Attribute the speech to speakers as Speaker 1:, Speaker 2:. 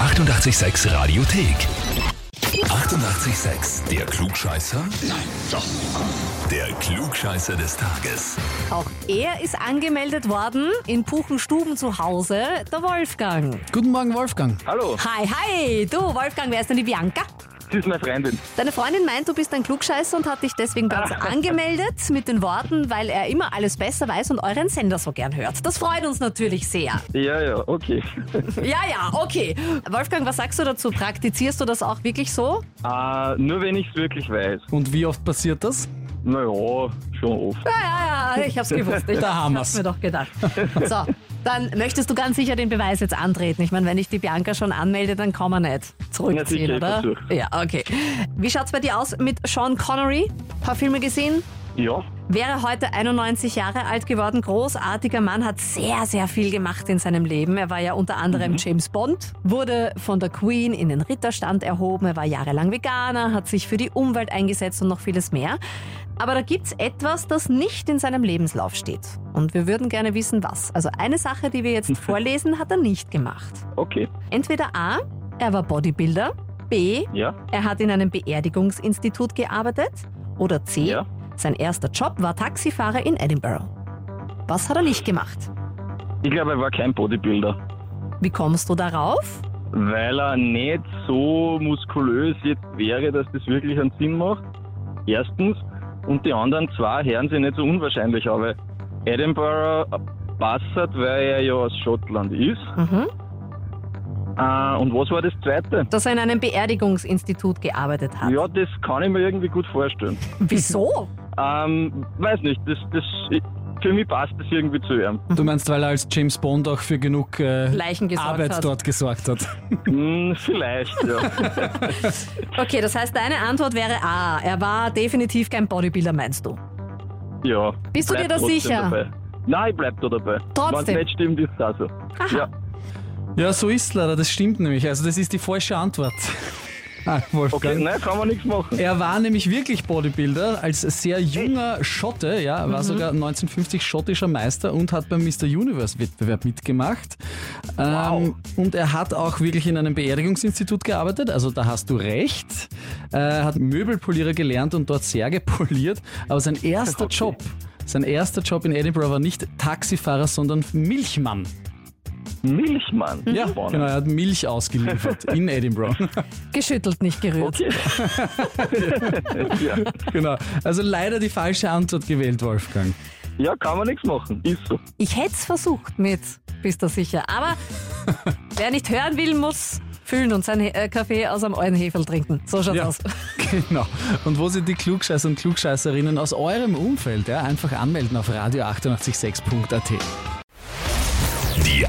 Speaker 1: 886 Radiothek. 88,6. Der Klugscheißer? Nein, doch. Der Klugscheißer des Tages.
Speaker 2: Auch er ist angemeldet worden in Puchenstuben zu Hause, der Wolfgang.
Speaker 3: Guten Morgen, Wolfgang.
Speaker 4: Hallo,
Speaker 2: Hi, hi, du Wolfgang, wer ist denn die Bianca?
Speaker 4: das ist meine Freundin.
Speaker 2: Deine Freundin meint, du bist ein Klugscheißer und hat dich deswegen bei uns angemeldet mit den Worten, weil er immer alles besser weiß und euren Sender so gern hört. Das freut uns natürlich sehr.
Speaker 4: Ja, ja, okay.
Speaker 2: Ja, ja, okay. Wolfgang, was sagst du dazu? Praktizierst du das auch wirklich so?
Speaker 4: äh, nur wenn ich es wirklich weiß.
Speaker 3: Und wie oft passiert das?
Speaker 4: Naja, schon oft.
Speaker 2: Ja, ja, ja, ich hab's gewusst. Ich
Speaker 3: Da haben
Speaker 2: hab's
Speaker 3: wir's.
Speaker 2: mir doch gedacht. So, dann möchtest du ganz sicher den Beweis jetzt antreten. Ich meine, wenn ich die Bianca schon anmelde, dann kann man nicht
Speaker 4: Ja, sicher,
Speaker 2: zurückziehen,
Speaker 4: ich
Speaker 2: oder?
Speaker 4: versuch.
Speaker 2: Ja, okay. Wie schaut's bei dir aus mit Sean Connery? Paar Filme gesehen?
Speaker 4: Ja,
Speaker 2: Wäre heute 91 Jahre alt geworden, großartiger Mann, hat sehr, sehr viel gemacht in seinem Leben. Er war ja unter anderem James Bond, wurde von der Queen in den Ritterstand erhoben, er war jahrelang Veganer, hat sich für die Umwelt eingesetzt und noch vieles mehr. Aber da gibt's etwas, das nicht in seinem Lebenslauf steht. Und wir würden gerne wissen, was. Also eine Sache, die wir jetzt vorlesen, hat er nicht gemacht.
Speaker 4: okay.
Speaker 2: Entweder A, er war Bodybuilder, B,
Speaker 4: Ja,
Speaker 2: er hat in einem Beerdigungsinstitut gearbeitet. Oder C.
Speaker 4: Ja.
Speaker 2: Sein erster Job war Taxifahrer in Edinburgh. Was hat er nicht gemacht?
Speaker 4: ich glaube, er war kein Bodybuilder,
Speaker 2: Wie kommst du darauf?
Speaker 4: weil er nicht so muskulös jetzt wäre, dass das wirklich einen Sinn macht. Erstens. Und die anderen zwei hören sich nicht so unwahrscheinlich, aber Edinburgh passert, weil er ja aus Schottland ist.
Speaker 2: Mhm.
Speaker 4: Äh, und was war das Zweite?
Speaker 2: Dass er in einem Beerdigungsinstitut gearbeitet hat.
Speaker 4: Ja, das kann ich mir irgendwie gut vorstellen.
Speaker 2: Wieso?
Speaker 4: Ähm, weiß nicht, das, das, für mich passt das irgendwie zu ihm.
Speaker 3: Du meinst, weil er als James Bond auch für genug äh,
Speaker 2: Leichen gesorgt
Speaker 3: Arbeit
Speaker 2: hat.
Speaker 3: dort gesorgt hat.
Speaker 4: Hm, vielleicht, ja.
Speaker 2: Okay, das heißt, deine Antwort wäre A. Er war definitiv kein Bodybuilder, meinst du?
Speaker 4: ja.
Speaker 2: Bist du
Speaker 4: Bleib
Speaker 2: dir da
Speaker 4: trotzdem
Speaker 2: sicher?
Speaker 4: Dabei. Nein, ich bleib da dabei.
Speaker 2: Trotzdem.
Speaker 4: Wenn es nicht stimmt, ist es auch so. Ja.
Speaker 3: Ja, so ist leider, das stimmt nämlich. Also das ist die falsche Antwort. Ah,
Speaker 4: Okay,
Speaker 3: Wolfgang.
Speaker 4: nein, kann man nichts machen.
Speaker 3: Er war nämlich wirklich Bodybuilder als sehr junger Schotte, ja, war sogar 1950 schottischer Meister und hat beim Mr. Universe Wettbewerb mitgemacht. Ähm, und er hat auch wirklich in einem Beerdigungsinstitut gearbeitet, also da hast du recht. Äh, hat Möbelpolierer gelernt und dort Särge poliert, aber sein erster Job, sein erster Job in Edinburgh war nicht Taxifahrer, sondern Milchmann.
Speaker 4: Milchmann.
Speaker 3: Ja,
Speaker 4: Spannend.
Speaker 3: genau, er hat Milch ausgeliefert in Edinburgh.
Speaker 2: Geschüttelt, nicht gerührt.
Speaker 4: Okay. ja.
Speaker 3: genau. Also leider die falsche Antwort gewählt, Wolfgang.
Speaker 4: ja, kann man nichts machen. Ist so.
Speaker 2: Ich hätte es versucht mit, bist du sicher. Aber wer nicht hören will, muss fühlen und seinen äh, Kaffee aus einem alten Hefel trinken. So schaut's
Speaker 3: Ja,
Speaker 2: aus.
Speaker 3: genau. Und wo sind die Klugscheißer und Klugscheißerinnen aus eurem Umfeld? Ja, einfach anmelden auf radio886.at.
Speaker 1: Die